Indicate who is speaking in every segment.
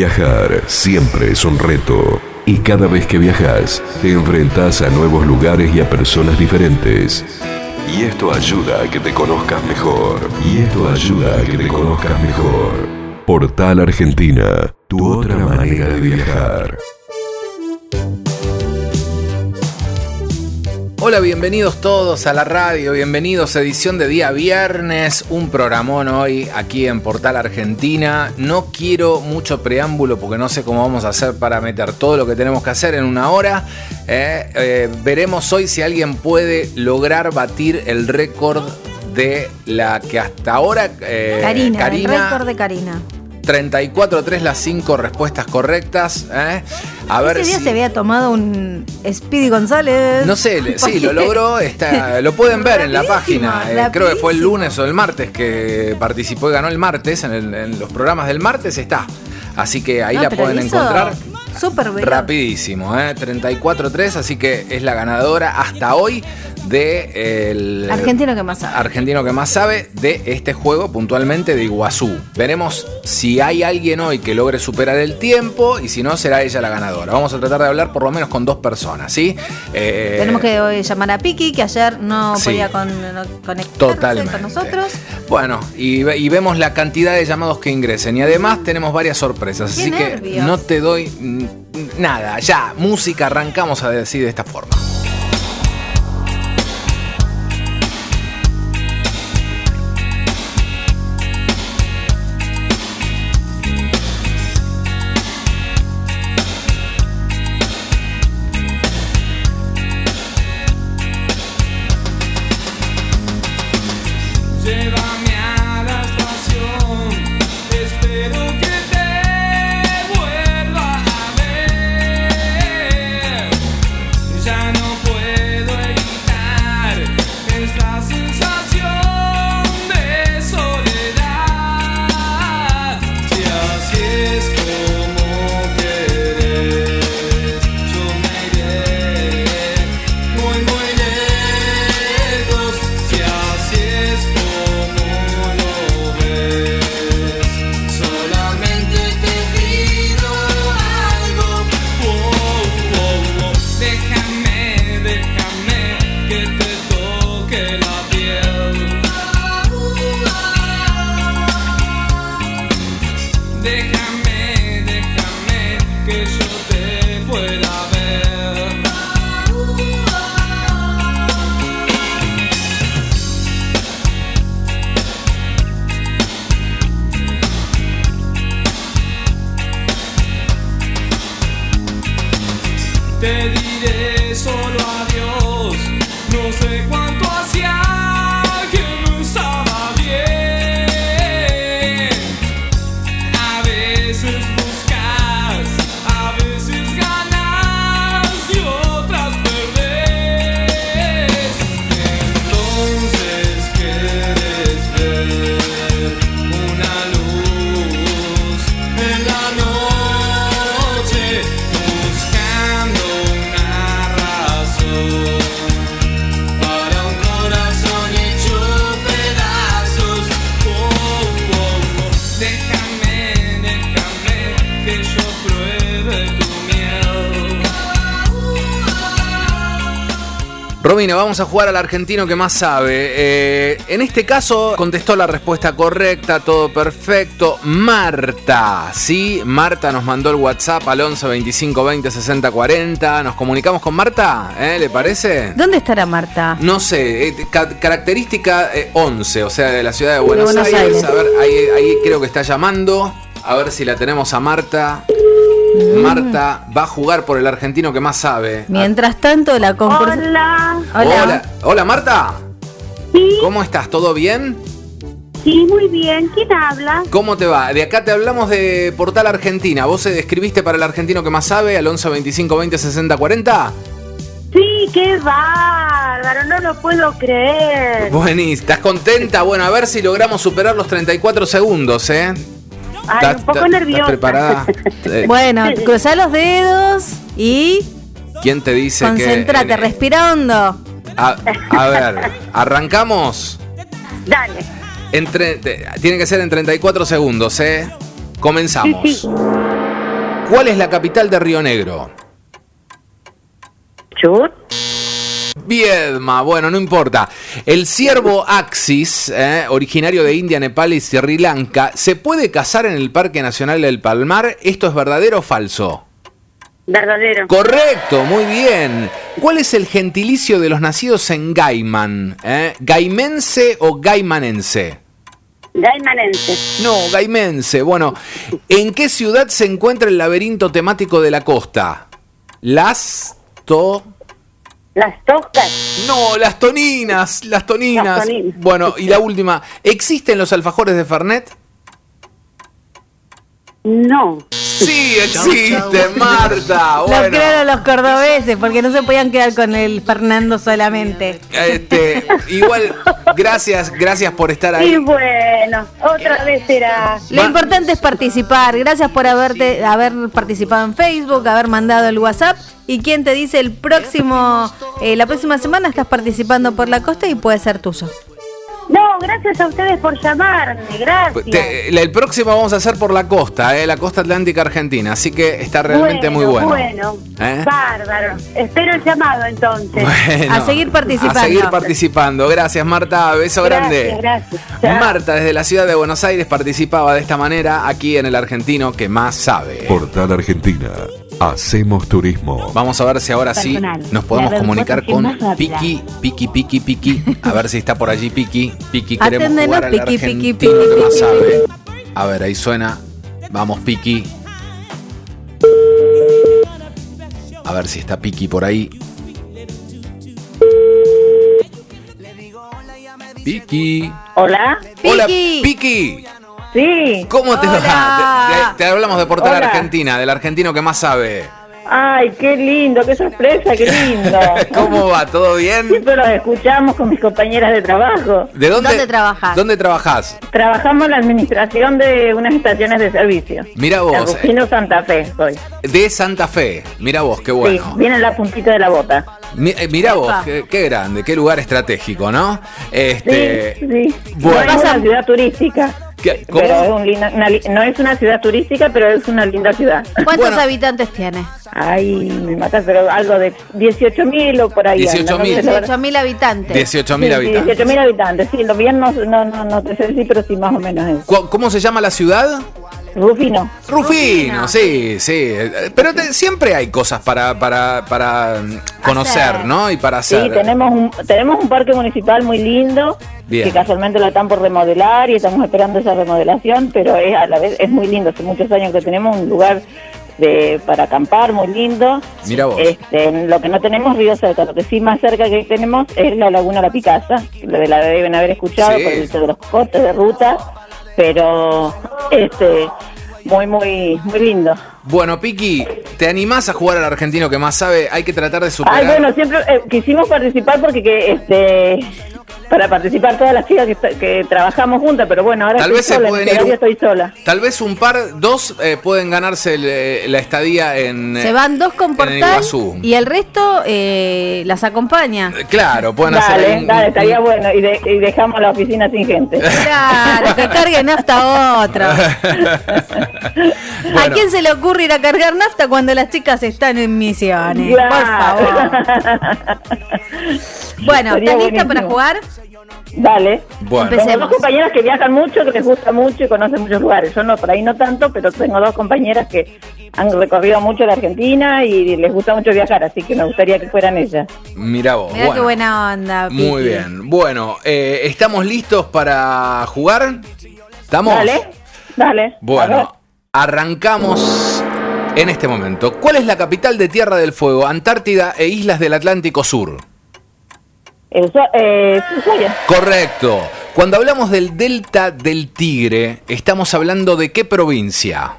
Speaker 1: Viajar siempre es un reto y cada vez que viajas te enfrentas a nuevos lugares y a personas diferentes. Y esto ayuda a que te conozcas mejor. Y esto ayuda a que te conozcas mejor. Portal Argentina, tu otra manera de viajar.
Speaker 2: Hola, bienvenidos todos a la radio, bienvenidos a edición de día viernes, un programón hoy aquí en Portal Argentina. No quiero mucho preámbulo porque no sé cómo vamos a hacer para meter todo lo que tenemos que hacer en una hora. Eh, eh, veremos hoy si alguien puede lograr batir el récord de la que hasta ahora... eh,
Speaker 3: Karina, el récord de Karina.
Speaker 2: 34-3 las 5 respuestas correctas. eh. A ver
Speaker 3: Ese día
Speaker 2: si-
Speaker 3: se había tomado un Speedy González.
Speaker 2: No sé, le- sí, lo logró, está, lo pueden ver en la página. Eh,
Speaker 3: Rapidísimo,
Speaker 2: creo que fue el
Speaker 3: rapidísimo.
Speaker 2: lunes o el martes que participó y ganó el martes, en, el- en los programas del martes está. Así que ahí
Speaker 3: No,
Speaker 2: la
Speaker 3: pero
Speaker 2: pueden
Speaker 3: lo hizo
Speaker 2: encontrar.
Speaker 3: Súper veloz.
Speaker 2: Rapidísimo, eh, 34-3, así que es la ganadora hasta hoy de el
Speaker 3: Argentino que más sabe.
Speaker 2: argentino que más sabe de este juego puntualmente de Iguazú. Veremos si hay alguien hoy que logre superar el tiempo y si no será ella la ganadora. Vamos a tratar de hablar por lo menos con dos personas, ¿sí? Eh,
Speaker 3: Tenemos que hoy llamar a Piki, que ayer no
Speaker 2: Sí.
Speaker 3: podía con, no conectarse
Speaker 2: Totalmente.
Speaker 3: con nosotros.
Speaker 2: Bueno, y, ve- y vemos la cantidad de llamados que ingresen. Y además tenemos varias sorpresas.
Speaker 3: Qué
Speaker 2: así que
Speaker 3: nervios.
Speaker 2: no te doy mm, nada. Ya, música, arrancamos a decir de esta forma.
Speaker 4: Llévame a la estación, espero que te vuelva a ver. Ya no puedo evitar esta sensación de soledad. Si así es como querés, yo me iré muy, muy lejos. Si así es como lo ves, solamente te pido algo. Oh, oh, oh. Déjame, déjame que te toque la piel. Déjame, déjame que yo te pueda ver. Te diré solo adiós. No sé cuánto hacía que no estaba bien. A veces buscas, a veces ganas y otras perdés. Entonces quieres ver una luz en la noche buscando una razón para un corazón hecho pedazos. Oh, oh, oh. Déjame, déjame que yo pruebe tu miel.
Speaker 2: Romina, vamos a jugar al argentino que más sabe. Eh, en este caso contestó la respuesta correcta, todo perfecto. Marta, sí, Marta nos mandó el WhatsApp al 11 25 20 60 40. Nos comunicamos con Marta, ¿eh? ¿le parece?
Speaker 3: ¿Dónde estará Marta?
Speaker 2: No sé, eh, ca- característica eh, 11, o sea, de la ciudad de Buenos,
Speaker 3: Buenos
Speaker 2: Aires.
Speaker 3: Aires.
Speaker 2: A ver, ahí, ahí creo que está llamando. A ver si la tenemos a Marta. Marta va a jugar por el argentino que más sabe.
Speaker 3: Mientras tanto, la concursa.
Speaker 5: Hola,
Speaker 2: Hola. Ah. Hola, Marta.
Speaker 5: sí,
Speaker 2: ¿Cómo estás? ¿Todo bien?
Speaker 5: sí, muy bien. ¿Quién habla?
Speaker 2: ¿Cómo te va? De acá te hablamos de Portal Argentina. ¿Vos se describiste para el argentino que más sabe al 11 25 20 60 40?
Speaker 5: Sí, qué bárbaro, no lo puedo creer.
Speaker 2: Buenísimo. ¿Estás contenta? Bueno, a ver si logramos superar los 34 segundos, ¿eh?
Speaker 5: Ay, un poco nerviosa.
Speaker 2: ¿Estás preparada? Eh,
Speaker 3: Bueno, cruzá los dedos y
Speaker 2: ¿Quién te dice
Speaker 3: concentrate,
Speaker 2: que...? eh,
Speaker 3: respira hondo.
Speaker 2: a, a ver, arrancamos.
Speaker 5: Dale.
Speaker 2: En tre- te- tiene que ser en 34 segundos, ¿eh?
Speaker 5: Sí,
Speaker 2: Comenzamos.
Speaker 5: sí.
Speaker 2: ¿Cuál es la capital de Río Negro?
Speaker 5: ¿Chur?
Speaker 2: Viedma, bueno, no importa. El ciervo Axis, eh, originario de India, Nepal y Sri Lanka, ¿se puede cazar en el Parque Nacional del Palmar? ¿Esto es verdadero o falso?
Speaker 5: Verdadero.
Speaker 2: Correcto, muy bien. ¿Cuál es el gentilicio de los nacidos en Gaiman? eh? ¿Gaimense o gaimanense?
Speaker 5: Gaimanense.
Speaker 2: No, gaimense. Bueno, ¿en qué ciudad se encuentra el laberinto temático de la costa? Las to...
Speaker 5: Las toscas.
Speaker 2: No, las toninas, las toninas.
Speaker 5: Las toninas.
Speaker 2: Bueno, y la última, ¿existen los alfajores de Fernet?
Speaker 5: No.
Speaker 2: Sí, existen, Marta.
Speaker 3: Lo
Speaker 2: Bueno,
Speaker 3: crearon los cordobeses porque no se podían quedar con el Fernando solamente.
Speaker 2: este, igual, gracias, gracias por estar
Speaker 5: Y
Speaker 2: ahí. Eh,
Speaker 5: bueno, otra vez será.
Speaker 3: Lo importante es participar. Gracias por haberte, haber participado en Facebook, haber mandado el WhatsApp. Y quien te dice el próximo, eh, la próxima semana estás participando por la costa y puede ser tuyo.
Speaker 5: No, gracias a ustedes por llamarme. Gracias.
Speaker 2: Pues Te- la- el próximo vamos a hacer por la costa, eh, la costa atlántica argentina, así que está realmente muy bueno.
Speaker 5: Bueno,
Speaker 2: ¿Eh?
Speaker 5: bárbaro. Espero el llamado entonces.
Speaker 2: Bueno,
Speaker 3: A seguir participando.
Speaker 2: A seguir participando. Gracias, Marta. Beso
Speaker 5: Gracias,
Speaker 2: grande.
Speaker 5: gracias. Chao.
Speaker 2: Marta, desde la ciudad de Buenos Aires, participaba de esta manera aquí en El Argentino que más sabe.
Speaker 1: Portal Argentina. Hacemos turismo.
Speaker 2: Vamos a ver si ahora sí
Speaker 6: Personal.
Speaker 2: nos podemos
Speaker 6: La red
Speaker 2: comunicar
Speaker 6: cuatro
Speaker 2: con
Speaker 6: G más rápida.
Speaker 2: Piqui, Piqui, Piqui, Piqui. A ver si está por allí Piqui. Piqui, queremos
Speaker 3: Aténdenos,
Speaker 2: jugar al
Speaker 3: Piqui,
Speaker 2: argentino
Speaker 3: Piqui,
Speaker 2: que
Speaker 3: Piqui,
Speaker 2: más
Speaker 3: Piqui.
Speaker 2: sabe. A ver, ahí suena. Vamos, Piqui. A ver si está Piqui por ahí. Piqui.
Speaker 5: Hola.
Speaker 2: Hola,
Speaker 3: Piqui.
Speaker 2: Piqui.
Speaker 5: Sí.
Speaker 2: ¿Cómo te va?
Speaker 3: Hola.
Speaker 2: Te, te- te hablamos de Portal
Speaker 5: Hola.
Speaker 2: Argentina, del argentino que más sabe.
Speaker 5: Ay, qué lindo, qué sorpresa, qué lindo.
Speaker 2: ¿Cómo va? ¿Todo bien?
Speaker 5: Siempre los escuchamos con mis compañeras de trabajo.
Speaker 2: ¿De dónde,
Speaker 3: ¿Dónde trabajás?
Speaker 2: ¿Dónde trabajás?
Speaker 5: Trabajamos en la administración de unas estaciones de servicio.
Speaker 2: Mira vos,
Speaker 5: Agustino Santa Fe soy.
Speaker 2: de Santa Fe. Mira vos, qué
Speaker 5: Sí,
Speaker 2: bueno.
Speaker 5: viene en la puntita de la bota.
Speaker 2: Mira vos,
Speaker 3: Epa.
Speaker 2: qué, qué grande, qué lugar estratégico, ¿no?
Speaker 5: Sí,
Speaker 2: Este,
Speaker 5: sí.
Speaker 2: bueno.
Speaker 5: No es una ciudad turística.
Speaker 2: ¿qué- cómo?
Speaker 5: Pero es un linda- una li- no es una ciudad turística, pero es una linda ciudad.
Speaker 3: ¿Cuántos
Speaker 2: Bueno.
Speaker 3: habitantes tiene?
Speaker 5: Ay, me matas, pero algo de 18.000 o por ahí. anda, no
Speaker 2: 18.000.
Speaker 5: sé la verdad.
Speaker 3: 18.000 habitantes.
Speaker 2: 18.000
Speaker 5: Sí, sí,
Speaker 2: habitantes.
Speaker 5: 18.000 habitantes, sí, lo bien no, no, no, no te sé decir, pero sí más o menos es.
Speaker 2: ¿Cu- ¿Cómo se llama la ciudad?
Speaker 5: Rufino.
Speaker 2: Rufino, sí, sí. Pero te- siempre hay cosas para, para, para mm, conocer,
Speaker 3: Hacer.
Speaker 2: ¿no? Y para
Speaker 5: Sí,
Speaker 2: hacer.
Speaker 5: tenemos un, tenemos un parque municipal muy lindo,
Speaker 2: Bien.
Speaker 5: que casualmente lo están por remodelar y estamos esperando esa remodelación, pero es a la vez es muy lindo, hace muchos años que tenemos un lugar de, para acampar muy lindo.
Speaker 2: Mira vos.
Speaker 5: Este, lo que no tenemos río cerca, lo que sí más cerca que tenemos es la Laguna La Picasa, que la de la deben haber escuchado
Speaker 2: Sí.
Speaker 5: por el de los cortes de ruta, pero este muy muy muy lindo.
Speaker 2: Bueno, Piqui, ¿te animás a jugar al argentino que más sabe? Hay que tratar de superar.
Speaker 5: Ay, bueno, siempre eh, quisimos participar porque que, este para participar todas las chicas que, esta- que trabajamos juntas, pero bueno, ahora
Speaker 2: Tal
Speaker 5: estoy
Speaker 2: vez se
Speaker 5: sola, en
Speaker 2: pueden
Speaker 5: este
Speaker 2: ir un-
Speaker 5: horario estoy sola.
Speaker 2: Tal vez un par, dos eh, pueden ganarse el, eh, la estadía en. eh,
Speaker 3: Se van dos con
Speaker 2: en el
Speaker 3: portal
Speaker 2: Iguazú.
Speaker 3: y el resto eh, las acompaña.
Speaker 2: Claro, pueden hacer.
Speaker 5: Dale,
Speaker 2: un-
Speaker 5: dale,
Speaker 2: un-
Speaker 5: estaría bueno y, de- y dejamos la oficina sin gente.
Speaker 3: Claro, que carguen nafta otro. ¿A
Speaker 2: Bueno.
Speaker 3: quién se le ocurre ir a cargar nafta cuando las chicas están en misiones?
Speaker 5: Claro.
Speaker 3: Por favor. Bueno,
Speaker 5: Estaría
Speaker 3: ¿estás lista para
Speaker 5: buenísimo.
Speaker 3: jugar?
Speaker 5: Dale.
Speaker 2: Bueno,
Speaker 3: Empecé.
Speaker 5: Tengo
Speaker 3: Empecemos.
Speaker 5: dos compañeras que viajan mucho, que les gusta mucho y conocen muchos lugares. Yo no, por ahí no tanto, pero tengo dos compañeras que han recorrido mucho la Argentina y les gusta mucho viajar, así que me gustaría que fueran ellas.
Speaker 2: mira vos.
Speaker 3: Mira qué
Speaker 2: bueno.
Speaker 3: buena onda.
Speaker 2: Muy
Speaker 3: Piqui.
Speaker 2: bien. Bueno, eh, ¿estamos listos para jugar? ¿Estamos?
Speaker 5: Dale, dale. A ver.
Speaker 2: Bueno, arrancamos en este momento. ¿Cuál es la capital de Tierra del Fuego, Antártida e Islas del Atlántico Sur?
Speaker 5: Eso, eh, Ushuaia.
Speaker 2: Correcto. Cuando hablamos del Delta del Tigre, estamos hablando de qué provincia?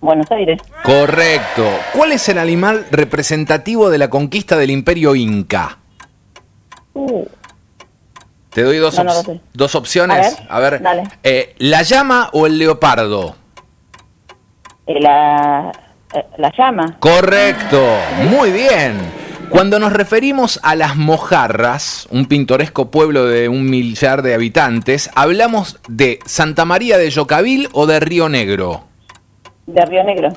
Speaker 5: Buenos Aires.
Speaker 2: Correcto. ¿Cuál es el animal representativo de la conquista del imperio inca?
Speaker 5: Uh,
Speaker 2: Te doy dos,
Speaker 5: No, no
Speaker 2: ops-
Speaker 5: lo sé.
Speaker 2: dos opciones. A
Speaker 5: A
Speaker 2: ver,
Speaker 5: ver, dale.
Speaker 2: eh, ¿la llama o el leopardo?
Speaker 5: eh, la, eh, la llama.
Speaker 2: Correcto, muy bien. Cuando nos referimos a las mojarras, un pintoresco pueblo de un millar de habitantes, ¿hablamos de Santa María de Yocabil o de Río Negro?
Speaker 5: De Río Negro.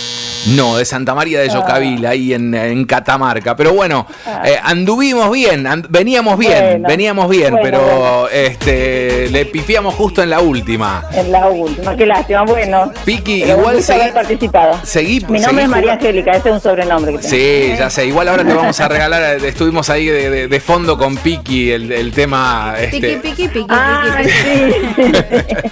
Speaker 2: No, de Santa María de Yocavil, ahí en, en Catamarca. Pero bueno, eh, anduvimos bien, and- veníamos bien,
Speaker 5: Bueno.
Speaker 2: veníamos bien,
Speaker 5: Bueno,
Speaker 2: pero
Speaker 5: bueno.
Speaker 2: este le pifiamos justo en la última.
Speaker 5: En la última, qué lástima. Bueno,
Speaker 2: Piqui,
Speaker 5: pero un
Speaker 2: igual
Speaker 5: gusto
Speaker 2: seguí-
Speaker 5: haber participado.
Speaker 2: seguí- seguí
Speaker 5: Mi nombre es
Speaker 2: jugando.
Speaker 5: María Angélica, ese es un sobrenombre que tengo.
Speaker 2: Sí, ya sé. Igual ahora te vamos a regalar, eh, estuvimos ahí de, de- de fondo con Piki, el, el tema.
Speaker 3: Piqui,
Speaker 2: Este.
Speaker 3: piqui, piqui,
Speaker 5: Ah,
Speaker 3: piqui.
Speaker 5: sí.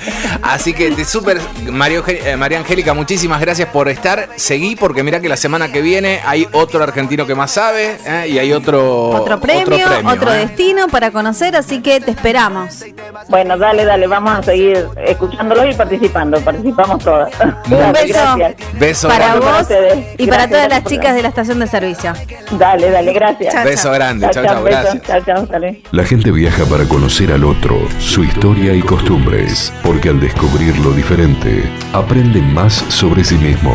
Speaker 2: Así que te súper, Mario- eh, María Angélica, muchísimas gracias por estar. Seguí porque mirá que la semana que viene hay otro argentino que más sabe ¿eh? y hay otro,
Speaker 3: Otro premio, otro,
Speaker 2: ¿eh?
Speaker 3: destino para conocer, así que te esperamos.
Speaker 5: Bueno, dale, dale, vamos a seguir escuchándolos y participando. Participamos todas.
Speaker 2: Un
Speaker 3: Un
Speaker 5: Dale,
Speaker 3: beso
Speaker 5: Gracias.
Speaker 2: Beso
Speaker 3: para
Speaker 2: grande.
Speaker 5: Para
Speaker 3: vos
Speaker 5: ustedes.
Speaker 3: y para todas
Speaker 5: Gracias,
Speaker 3: las
Speaker 5: gracias por
Speaker 3: chicas
Speaker 5: todo.
Speaker 3: de la estación de servicio.
Speaker 5: Dale, dale, gracias.
Speaker 3: Chao,
Speaker 2: Beso grande. Chao, chao.
Speaker 5: besos.
Speaker 2: Gracias.
Speaker 5: Chao, chao, dale.
Speaker 1: La gente viaja para conocer al otro, su historia y costumbres, porque al descubrir lo diferente, aprende más sobre sí mismo.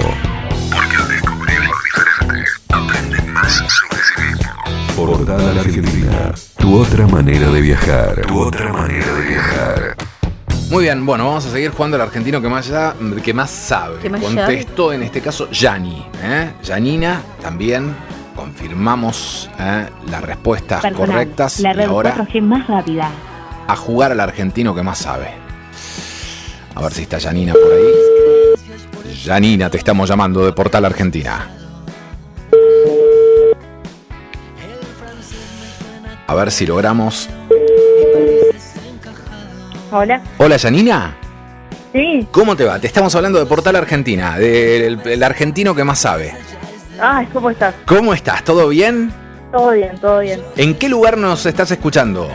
Speaker 1: Porque al descubrir lo diferente, aprende más sobre sí mismo. Portal Argentina, tu otra manera de viajar. Tu otra manera de viajar.
Speaker 2: Muy bien, bueno, vamos a seguir jugando al argentino que más, ya- que más sabe.
Speaker 3: Que más
Speaker 2: Contestó en este caso Yani. ¿eh? Yanina, también confirmamos ¿eh? las respuestas
Speaker 6: Personal,
Speaker 2: correctas.
Speaker 6: La
Speaker 2: y
Speaker 6: red
Speaker 2: ahora
Speaker 6: 4G más rápida.
Speaker 2: a jugar al argentino que más sabe. A ver si está Yanina por ahí. Yanina, te estamos llamando de Portal Argentina. A ver si logramos.
Speaker 7: Hola.
Speaker 2: Hola, Yanina.
Speaker 7: Sí.
Speaker 2: ¿Cómo te va? Te estamos hablando de Portal Argentina, del el argentino que más sabe.
Speaker 7: Ay, ¿cómo estás?
Speaker 2: ¿Cómo estás? ¿Todo bien?
Speaker 7: Todo bien, todo bien.
Speaker 2: ¿En qué lugar nos estás escuchando?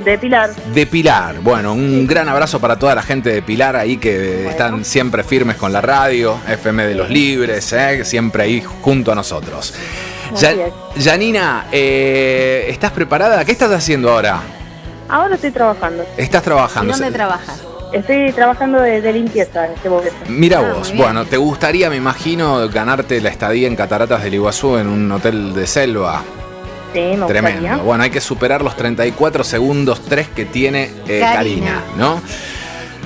Speaker 7: De Pilar.
Speaker 2: De Pilar. Bueno, un gran abrazo para toda la gente de Pilar ahí que están siempre firmes con la radio, FM de los Libres, ¿eh? siempre ahí junto a nosotros.
Speaker 7: Así
Speaker 2: Ya- Yanina, eh, ¿estás preparada? ¿Qué estás haciendo ahora?
Speaker 7: Ahora estoy trabajando.
Speaker 2: ¿Estás
Speaker 3: ¿Y
Speaker 2: trabajando?
Speaker 3: dónde trabajas?
Speaker 7: Estoy trabajando de, de limpieza en este momento.
Speaker 2: Mira
Speaker 3: Ah,
Speaker 2: vos,
Speaker 3: muy bien.
Speaker 2: bueno, te gustaría, me imagino, ganarte la estadía en Cataratas del Iguazú en un hotel de selva.
Speaker 7: Sí, me gustaría.
Speaker 2: Tremendo. Bueno, hay que superar los 34 segundos 3 que tiene eh, Karina,
Speaker 3: Karina.
Speaker 2: ¿no?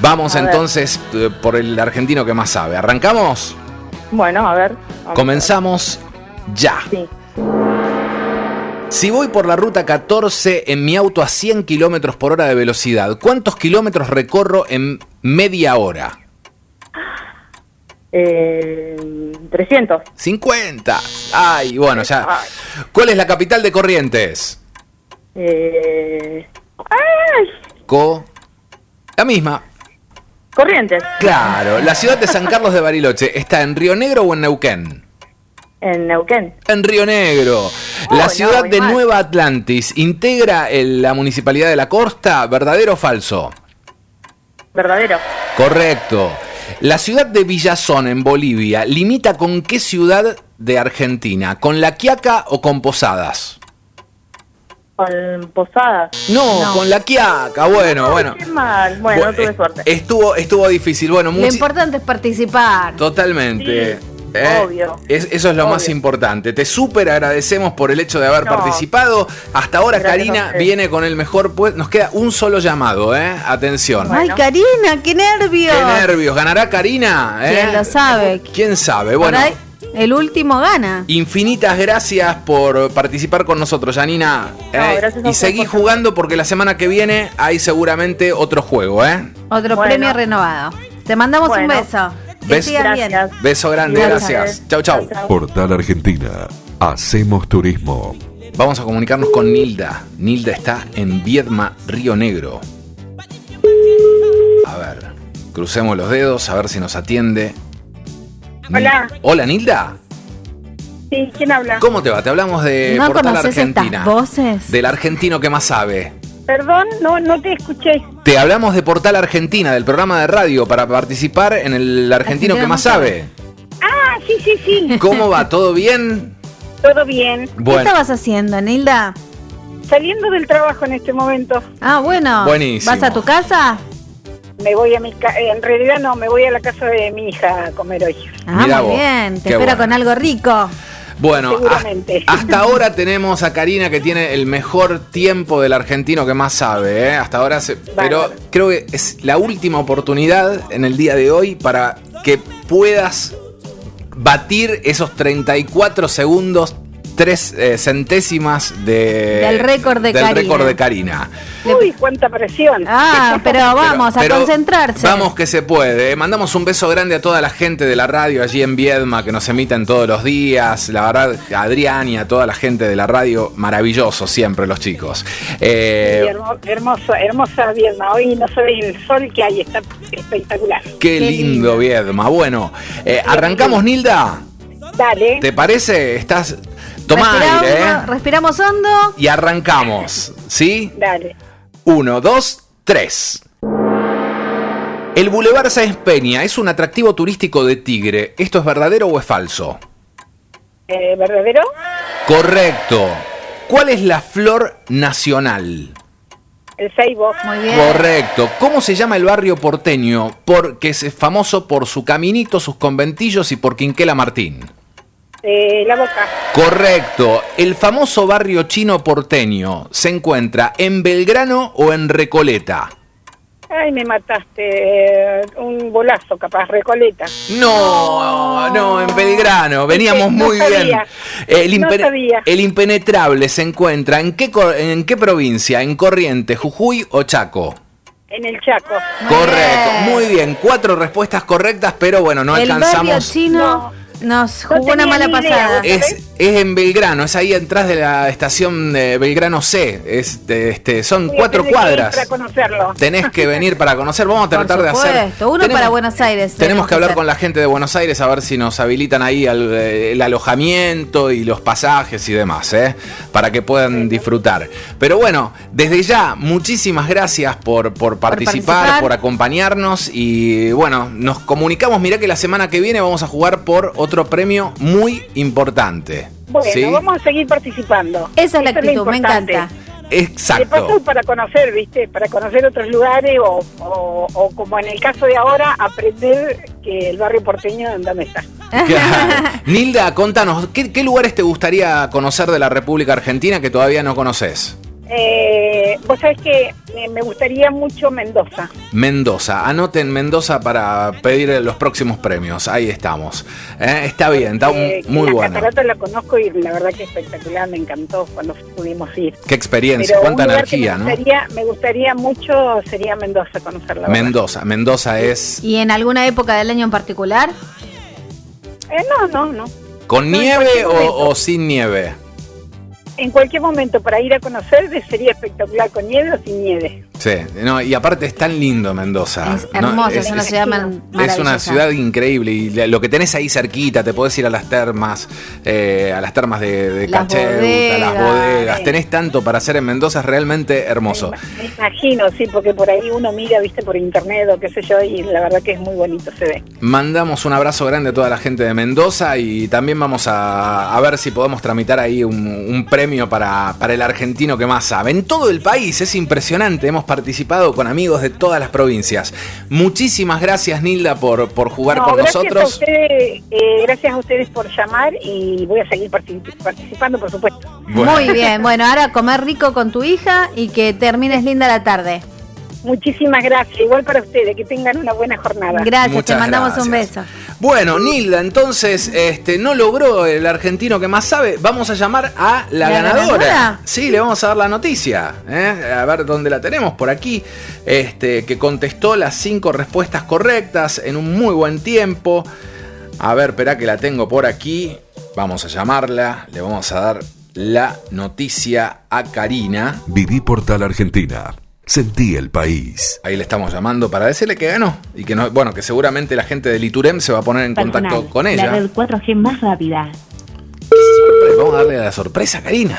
Speaker 2: Vamos
Speaker 7: A ver.
Speaker 2: entonces eh, por el argentino que más sabe. ¿Arrancamos?
Speaker 7: Bueno, a ver. vamos.
Speaker 2: Comenzamos ya.
Speaker 7: Sí.
Speaker 2: Si voy por la ruta 14 en mi auto a 100 kilómetros por hora de velocidad, ¿cuántos kilómetros recorro en media hora?
Speaker 7: Eh, 300.
Speaker 2: 50. Ay, bueno, ya.
Speaker 7: Ay.
Speaker 2: ¿Cuál es la capital de Corrientes?
Speaker 7: Eh, ¡Ay!
Speaker 2: Co. La misma.
Speaker 7: Corrientes.
Speaker 2: Claro. La ciudad de San Carlos de Bariloche, ¿está en Río Negro o en Neuquén?
Speaker 7: En Neuquén.
Speaker 2: En Río Negro.
Speaker 7: Oh,
Speaker 2: La
Speaker 7: no,
Speaker 2: ciudad
Speaker 7: muy
Speaker 2: de
Speaker 7: mal.
Speaker 2: Nueva Atlantis integra el- la municipalidad de la costa, ¿verdadero o falso?
Speaker 7: Verdadero.
Speaker 2: Correcto. La ciudad de Villazón en Bolivia limita con qué ciudad de Argentina? ¿Con La Quiaca o con Posadas?
Speaker 7: Con Posadas.
Speaker 2: No, con La Quiaca. Bueno, bueno.
Speaker 7: Qué mal. Bueno,
Speaker 2: Bu-
Speaker 7: tuve
Speaker 2: eh,
Speaker 7: suerte.
Speaker 2: Estuvo, estuvo difícil. Bueno,
Speaker 3: Lo
Speaker 2: muchi-
Speaker 3: importante es participar.
Speaker 2: Totalmente.
Speaker 7: Sí,
Speaker 2: Eh,
Speaker 7: obvio.
Speaker 2: es- eso es lo más
Speaker 7: Obvio.
Speaker 2: importante. Te súper agradecemos por el hecho de haber
Speaker 7: No.
Speaker 2: participado. Hasta ahora
Speaker 7: Gracias a
Speaker 2: Karina
Speaker 7: ustedes.
Speaker 2: viene con el mejor puesto. Nos queda un solo llamado, ¿eh? Atención.
Speaker 3: Ay,
Speaker 7: Bueno.
Speaker 3: Karina, qué nervios.
Speaker 2: Qué nervios. ¿Ganará Karina? ¿Eh?
Speaker 3: ¿Quién lo sabe?
Speaker 2: ¿Quién sabe?
Speaker 3: Por
Speaker 2: Bueno.
Speaker 3: ahí, el último gana.
Speaker 2: Infinitas gracias por participar con nosotros, Janina. ¿eh?
Speaker 7: gracias a
Speaker 2: y
Speaker 7: ustedes
Speaker 2: seguí
Speaker 7: por-
Speaker 2: jugando porque la semana que viene hay seguramente otro juego, ¿eh?
Speaker 3: Otro
Speaker 7: Bueno.
Speaker 3: premio renovado. Te mandamos un
Speaker 7: Bueno.
Speaker 3: beso. Que
Speaker 2: Beso.
Speaker 3: sigas bien.
Speaker 7: Gracias.
Speaker 2: Beso grande,
Speaker 3: Gracias.
Speaker 2: gracias. Chau, chau.
Speaker 7: Chau, chau.
Speaker 1: Portal Argentina, hacemos turismo.
Speaker 2: Vamos a comunicarnos con Nilda. Nilda está en Viedma, Río Negro. A ver, crucemos los dedos, a ver si nos atiende. Nil-
Speaker 7: Hola.
Speaker 2: Hola, Nilda.
Speaker 7: Sí, ¿quién habla?
Speaker 2: ¿Cómo te va? Te hablamos de
Speaker 3: ¿No
Speaker 2: Portal
Speaker 3: conoces
Speaker 2: Argentina.
Speaker 3: estas voces?
Speaker 2: Del argentino que más sabe.
Speaker 7: Perdón, no, no te escuché.
Speaker 2: Te hablamos de Portal Argentina, del programa de radio, para participar en el argentino que más sabe.
Speaker 7: Ah, sí, sí, sí.
Speaker 2: ¿Cómo va? ¿Todo bien?
Speaker 7: Todo bien.
Speaker 3: ¿Qué estabas haciendo, Nilda?
Speaker 7: Saliendo del trabajo en este momento,
Speaker 3: Ah, bueno.
Speaker 2: Buenísimo.
Speaker 3: ¿Vas a tu casa?
Speaker 7: me voy a mi ca- eh, en realidad no, me voy a la casa de mi hija a comer hoy.
Speaker 3: Ah,
Speaker 2: Mirá
Speaker 3: muy
Speaker 2: vos,
Speaker 3: bien. Te
Speaker 2: qué
Speaker 3: espero
Speaker 2: bueno.
Speaker 3: con algo rico.
Speaker 2: Bueno,
Speaker 7: Seguramente.
Speaker 2: ha- hasta ahora tenemos a Karina que tiene el mejor tiempo del argentino que más sabe, ¿eh? Hasta ahora, se- pero
Speaker 7: Bárbaro.
Speaker 2: creo que es la última oportunidad en el día de hoy para que puedas batir esos 34 segundos, tres eh, centésimas de,
Speaker 3: Del récord de
Speaker 2: del
Speaker 3: Karina.
Speaker 2: récord de Karina.
Speaker 7: Uy, cuánta presión.
Speaker 3: Ah, pero vamos
Speaker 2: Pero-
Speaker 3: a
Speaker 2: pero
Speaker 3: concentrarse.
Speaker 2: Vamos que se puede. ¿eh? Mandamos un beso grande a toda la gente de la radio allí en Viedma que nos emiten todos los días. La verdad, a Adrián y a toda la gente de la radio, maravilloso siempre los chicos. Eh,
Speaker 7: Y hermo- hermosa, hermosa Viedma. Hoy no se ve el sol que hay, está espectacular.
Speaker 2: qué,
Speaker 3: Qué
Speaker 2: lindo
Speaker 3: lindo.
Speaker 2: Viedma. Bueno, eh, arrancamos Nilda.
Speaker 7: Dale.
Speaker 2: ¿Te parece? Estás... Tomá
Speaker 3: respiramos,
Speaker 2: aire, ¿eh?
Speaker 3: respiramos hondo.
Speaker 2: Y arrancamos, ¿sí?
Speaker 7: Dale.
Speaker 2: Uno, dos, tres. El Boulevard Sáenz Peña es un atractivo turístico de Tigre. ¿Esto es verdadero o es falso?
Speaker 7: Eh, ¿Verdadero?
Speaker 2: Correcto. ¿Cuál es la flor nacional?
Speaker 7: El Seibo.
Speaker 3: Muy bien.
Speaker 2: Correcto. ¿Cómo se llama el barrio porteño? Porque es famoso por su caminito, sus conventillos y por Quinquela Martín.
Speaker 7: Eh, la boca.
Speaker 2: Correcto. El famoso barrio chino porteño se encuentra en Belgrano o en Recoleta.
Speaker 7: Ay, me mataste. eh, un bolazo, capaz. Recoleta.
Speaker 2: No, no, en Belgrano. Veníamos
Speaker 7: No
Speaker 2: muy
Speaker 7: sabía.
Speaker 2: bien. El,
Speaker 7: No
Speaker 2: impene-
Speaker 7: sabía.
Speaker 2: el impenetrable se encuentra en qué, cor- en qué provincia? ¿En Corrientes, Jujuy o Chaco?
Speaker 7: En el Chaco.
Speaker 3: Muy
Speaker 2: Correcto,
Speaker 3: bien.
Speaker 2: muy bien. Cuatro respuestas correctas, pero bueno, no
Speaker 3: el barrio
Speaker 2: alcanzamos.
Speaker 3: chino nos jugó
Speaker 7: No
Speaker 3: una
Speaker 7: tenía
Speaker 3: mala
Speaker 7: ni idea.
Speaker 3: pasada.
Speaker 7: Eh,
Speaker 2: Es, es en Belgrano, es ahí atrás de la estación de Belgrano C. Este, este, son
Speaker 7: Voy a
Speaker 2: cuatro
Speaker 7: tener que ir
Speaker 2: cuadras.
Speaker 7: Para conocerlo.
Speaker 2: Tenés que venir para conocer. Vamos a
Speaker 3: Por
Speaker 2: tratar de hacer.
Speaker 3: supuesto, uno para Buenos Aires
Speaker 2: Tenemos
Speaker 3: tenemos
Speaker 2: que
Speaker 3: que
Speaker 2: hablar
Speaker 3: hacer.
Speaker 2: con la gente de Buenos Aires a ver si nos habilitan ahí al- eh, el alojamiento y los pasajes y demás, ¿eh? para que puedan disfrutar. Pero bueno, desde ya, muchísimas gracias por, por participar,
Speaker 3: participar.
Speaker 2: por acompañarnos y bueno, nos comunicamos. Mirá que la semana que viene vamos a jugar por otro premio muy importante.
Speaker 7: Bueno,
Speaker 2: ¿sí?
Speaker 7: vamos a seguir participando.
Speaker 3: Esa es la
Speaker 7: Eso lo
Speaker 3: actitud, me
Speaker 7: importante.
Speaker 3: encanta.
Speaker 7: De paso
Speaker 2: Exacto.
Speaker 7: para conocer, ¿viste? Para conocer otros lugares o, o- o como en el caso de ahora, aprender que el barrio porteño en dónde está.
Speaker 2: Claro. Nilda, contanos, ¿qué, qué lugares te gustaría conocer de la República Argentina que todavía no conoces?
Speaker 7: Eh, Vos sabés que me- me gustaría mucho Mendoza.
Speaker 2: Mendoza. Anoten Mendoza para pedir los próximos premios. Ahí estamos. Eh, Está bien, está
Speaker 7: Eh,
Speaker 2: muy
Speaker 7: la
Speaker 2: bueno.
Speaker 7: catarata la conozco y la verdad que espectacular, me encantó cuando pudimos ir.
Speaker 2: Qué experiencia,
Speaker 7: un
Speaker 2: cuánta
Speaker 7: lugar que
Speaker 2: energía,
Speaker 7: me
Speaker 2: ¿no?
Speaker 7: gustaría, Me gustaría mucho sería Mendoza conocerla.
Speaker 2: Mendoza, Mendoza es
Speaker 3: ¿Y en alguna época del año en particular?
Speaker 7: Eh, no, no, no.
Speaker 2: con
Speaker 7: No, en
Speaker 2: nieve
Speaker 7: cualquier
Speaker 2: o,
Speaker 7: momento.
Speaker 2: o sin nieve.
Speaker 7: En cualquier momento para ir a conocer sería espectacular con nieve o sin nieve.
Speaker 2: Sí, no, y aparte es tan lindo Mendoza.
Speaker 3: es
Speaker 2: Ah, ¿no?
Speaker 3: hermosa,
Speaker 2: Es-
Speaker 3: es, una
Speaker 2: es-
Speaker 3: ciudad man-
Speaker 2: Es
Speaker 3: maravillosa.
Speaker 2: una ciudad increíble y la- lo que tenés ahí cerquita, te podés ir a las termas, eh, a las termas de, de
Speaker 3: Las
Speaker 2: Cacheuta, a las
Speaker 3: bodegas.
Speaker 2: bodegas. Tenés tanto para hacer en Mendoza, es realmente hermoso.
Speaker 7: Me imagino, sí, porque por ahí uno mira, viste, por internet o qué sé yo, y la verdad que es muy bonito, se ve.
Speaker 2: Mandamos un abrazo grande a toda la gente de Mendoza y también vamos a, a ver si podemos tramitar ahí un, un premio para, para el argentino que más sabe. En todo el país, es impresionante, hemos participado con amigos de todas las provincias. Muchísimas gracias Nilda por, por jugar
Speaker 7: No,
Speaker 2: con
Speaker 7: gracias A
Speaker 2: nosotros.
Speaker 7: ustedes, eh, gracias a ustedes por llamar y voy a seguir particip- participando, por supuesto.
Speaker 2: Bueno,
Speaker 3: Muy bien, bueno, ahora comer rico con tu hija y que termines linda la tarde.
Speaker 7: Muchísimas gracias, igual para ustedes, que tengan una buena jornada.
Speaker 3: Gracias,
Speaker 2: muchas
Speaker 3: te mandamos un beso.
Speaker 2: gracias. Bueno, Nilda, entonces este, no logró el argentino que más sabe. Vamos a llamar a la,
Speaker 3: ¿La
Speaker 2: ganadora.
Speaker 3: ganadora?
Speaker 2: Sí, le vamos a dar la noticia. ¿eh? A ver dónde la tenemos por aquí. Este, que contestó las cinco respuestas correctas en un muy buen tiempo. A ver, espera que la tengo por aquí. Vamos a llamarla. Le vamos a dar la noticia a Karina.
Speaker 1: Viví Portal Argentina. Sentí el país.
Speaker 2: Ahí le estamos llamando para decirle que ganó y que no, bueno, que seguramente la gente del Iturem se va a poner en contacto con ella.
Speaker 6: La red 4G más rápida.
Speaker 2: Sorpre- Vamos a darle la sorpresa, Karina.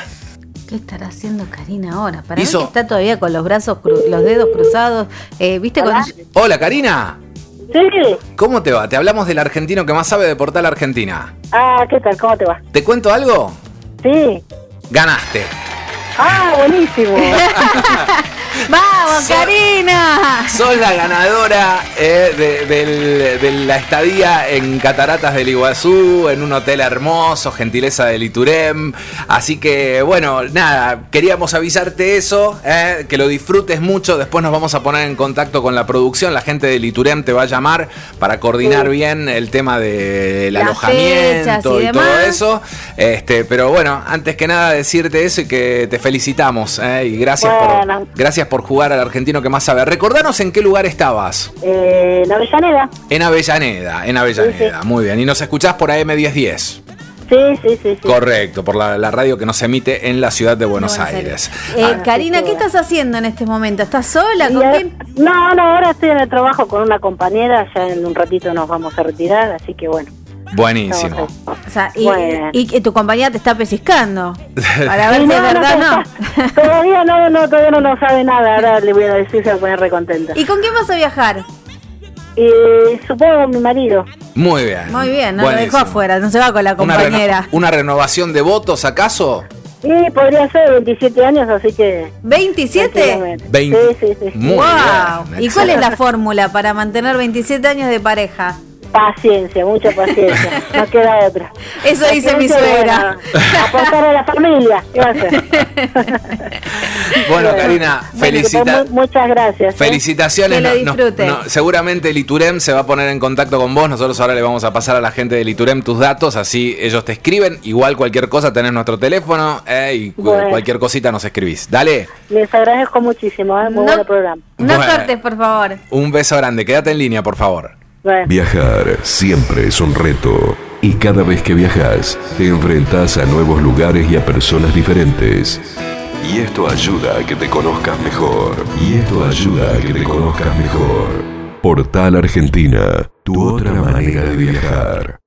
Speaker 3: ¿Qué estará haciendo Karina ahora? Para mí
Speaker 2: Hizo-
Speaker 3: que está todavía con los brazos, cru- los dedos cruzados. Eh, ¿Viste cuando yo-
Speaker 2: Hola, Karina.
Speaker 7: Sí.
Speaker 2: ¿Cómo te va? Te hablamos del argentino que más sabe de Portal Argentina.
Speaker 7: Ah, ¿qué tal? ¿Cómo te va?
Speaker 2: ¿Te cuento algo?
Speaker 7: Sí.
Speaker 2: Ganaste.
Speaker 7: Ah, buenísimo.
Speaker 3: ¡Vamos, Karina!
Speaker 2: Sos la ganadora eh, de, del- de la estadía en Cataratas del Iguazú, en un hotel hermoso, gentileza del Iturem. Así que, bueno, nada, queríamos avisarte eso, eh, que lo disfrutes mucho. Después nos vamos a poner en contacto con la producción. La gente del Iturem te va a llamar para coordinar bien el tema del
Speaker 3: Las fechas
Speaker 2: alojamiento
Speaker 3: y
Speaker 2: y, todo
Speaker 3: demás.
Speaker 2: eso. Este, pero bueno, antes que nada decirte eso y que te felicitamos. eh, y gracias por,
Speaker 5: Bueno.
Speaker 2: Gracias por jugar al argentino que más sabe. Recordanos en qué lugar estabas.
Speaker 5: Eh, la Avellaneda.
Speaker 2: En Avellaneda, en Avellaneda. Muy bien. Y nos escuchás por AM1010.
Speaker 5: Sí, sí, sí. sí.
Speaker 2: Correcto, por la, la radio que nos emite en la ciudad de Buenos,
Speaker 3: Buenos
Speaker 2: Aires.
Speaker 3: Eh, Karina, ¿qué estás haciendo en este momento? ¿Estás sola?
Speaker 5: Y
Speaker 3: ¿Con em-?
Speaker 5: ahora-
Speaker 3: quién?
Speaker 5: no, no, ahora estoy en el trabajo con una compañera, ya en un ratito nos vamos a retirar, así que bueno.
Speaker 2: Ah, buenísimo.
Speaker 5: estamos ahí.
Speaker 3: O sea, y,
Speaker 5: Bueno.
Speaker 3: y que tu compañía te está pellizcando. Para ver
Speaker 5: Sí,
Speaker 3: si
Speaker 5: no,
Speaker 3: es
Speaker 5: no,
Speaker 3: verdad o no.
Speaker 5: todavía- Todavía no, no, todavía no nos sabe nada, ahora le voy a decir, se va a poner recontenta.
Speaker 3: ¿Y con quién vas a viajar?
Speaker 5: Y supongo mi marido.
Speaker 2: Muy bien.
Speaker 3: Muy bien, no lo
Speaker 2: Buenísimo.
Speaker 3: dejó afuera, no se va con la
Speaker 2: Una, reno-
Speaker 3: compañera.
Speaker 2: una renovación de votos, ¿acaso?
Speaker 5: Y podría ser 27 años, así que...
Speaker 3: ¿27?
Speaker 5: tranquilamente.
Speaker 2: 20.
Speaker 5: Sí, sí, sí.
Speaker 2: Muy
Speaker 3: ¡Wow!
Speaker 2: bien.
Speaker 3: ¿Y cuál es la fórmula para mantener 27 años de pareja?
Speaker 5: Paciencia, mucha paciencia. No queda otra.
Speaker 3: Eso dice mi
Speaker 5: Paciencia,
Speaker 3: suegra.
Speaker 5: bueno, aportar a la familia. ¿qué va a hacer?
Speaker 2: Bueno, Karina,
Speaker 5: Bueno,
Speaker 2: felicita.
Speaker 5: que pues, mu- muchas gracias. ¿eh?
Speaker 2: Felicitaciones.
Speaker 3: Que lo
Speaker 2: no- no-
Speaker 3: disfruten.
Speaker 2: no, seguramente el Iturem se va a poner en contacto con vos. Nosotros ahora le vamos a pasar a la gente del Iturem tus datos, así ellos te escriben. Igual cualquier cosa tenés nuestro teléfono eh, y cu-
Speaker 5: Bueno.
Speaker 2: cualquier cosita nos escribís. Dale,
Speaker 5: Les agradezco muchísimo, ¿eh? muy
Speaker 3: No-
Speaker 5: buen programa.
Speaker 3: No
Speaker 2: Bueno.
Speaker 3: cortes, por favor.
Speaker 2: un beso grande. Quédate en línea, por favor.
Speaker 5: Bueno.
Speaker 1: Viajar siempre es un reto y cada vez que viajas te enfrentas a nuevos lugares y a personas diferentes. Y esto ayuda a que te conozcas mejor. Y esto ayuda a que te conozcas mejor. Portal Argentina, tu otra manera de viajar.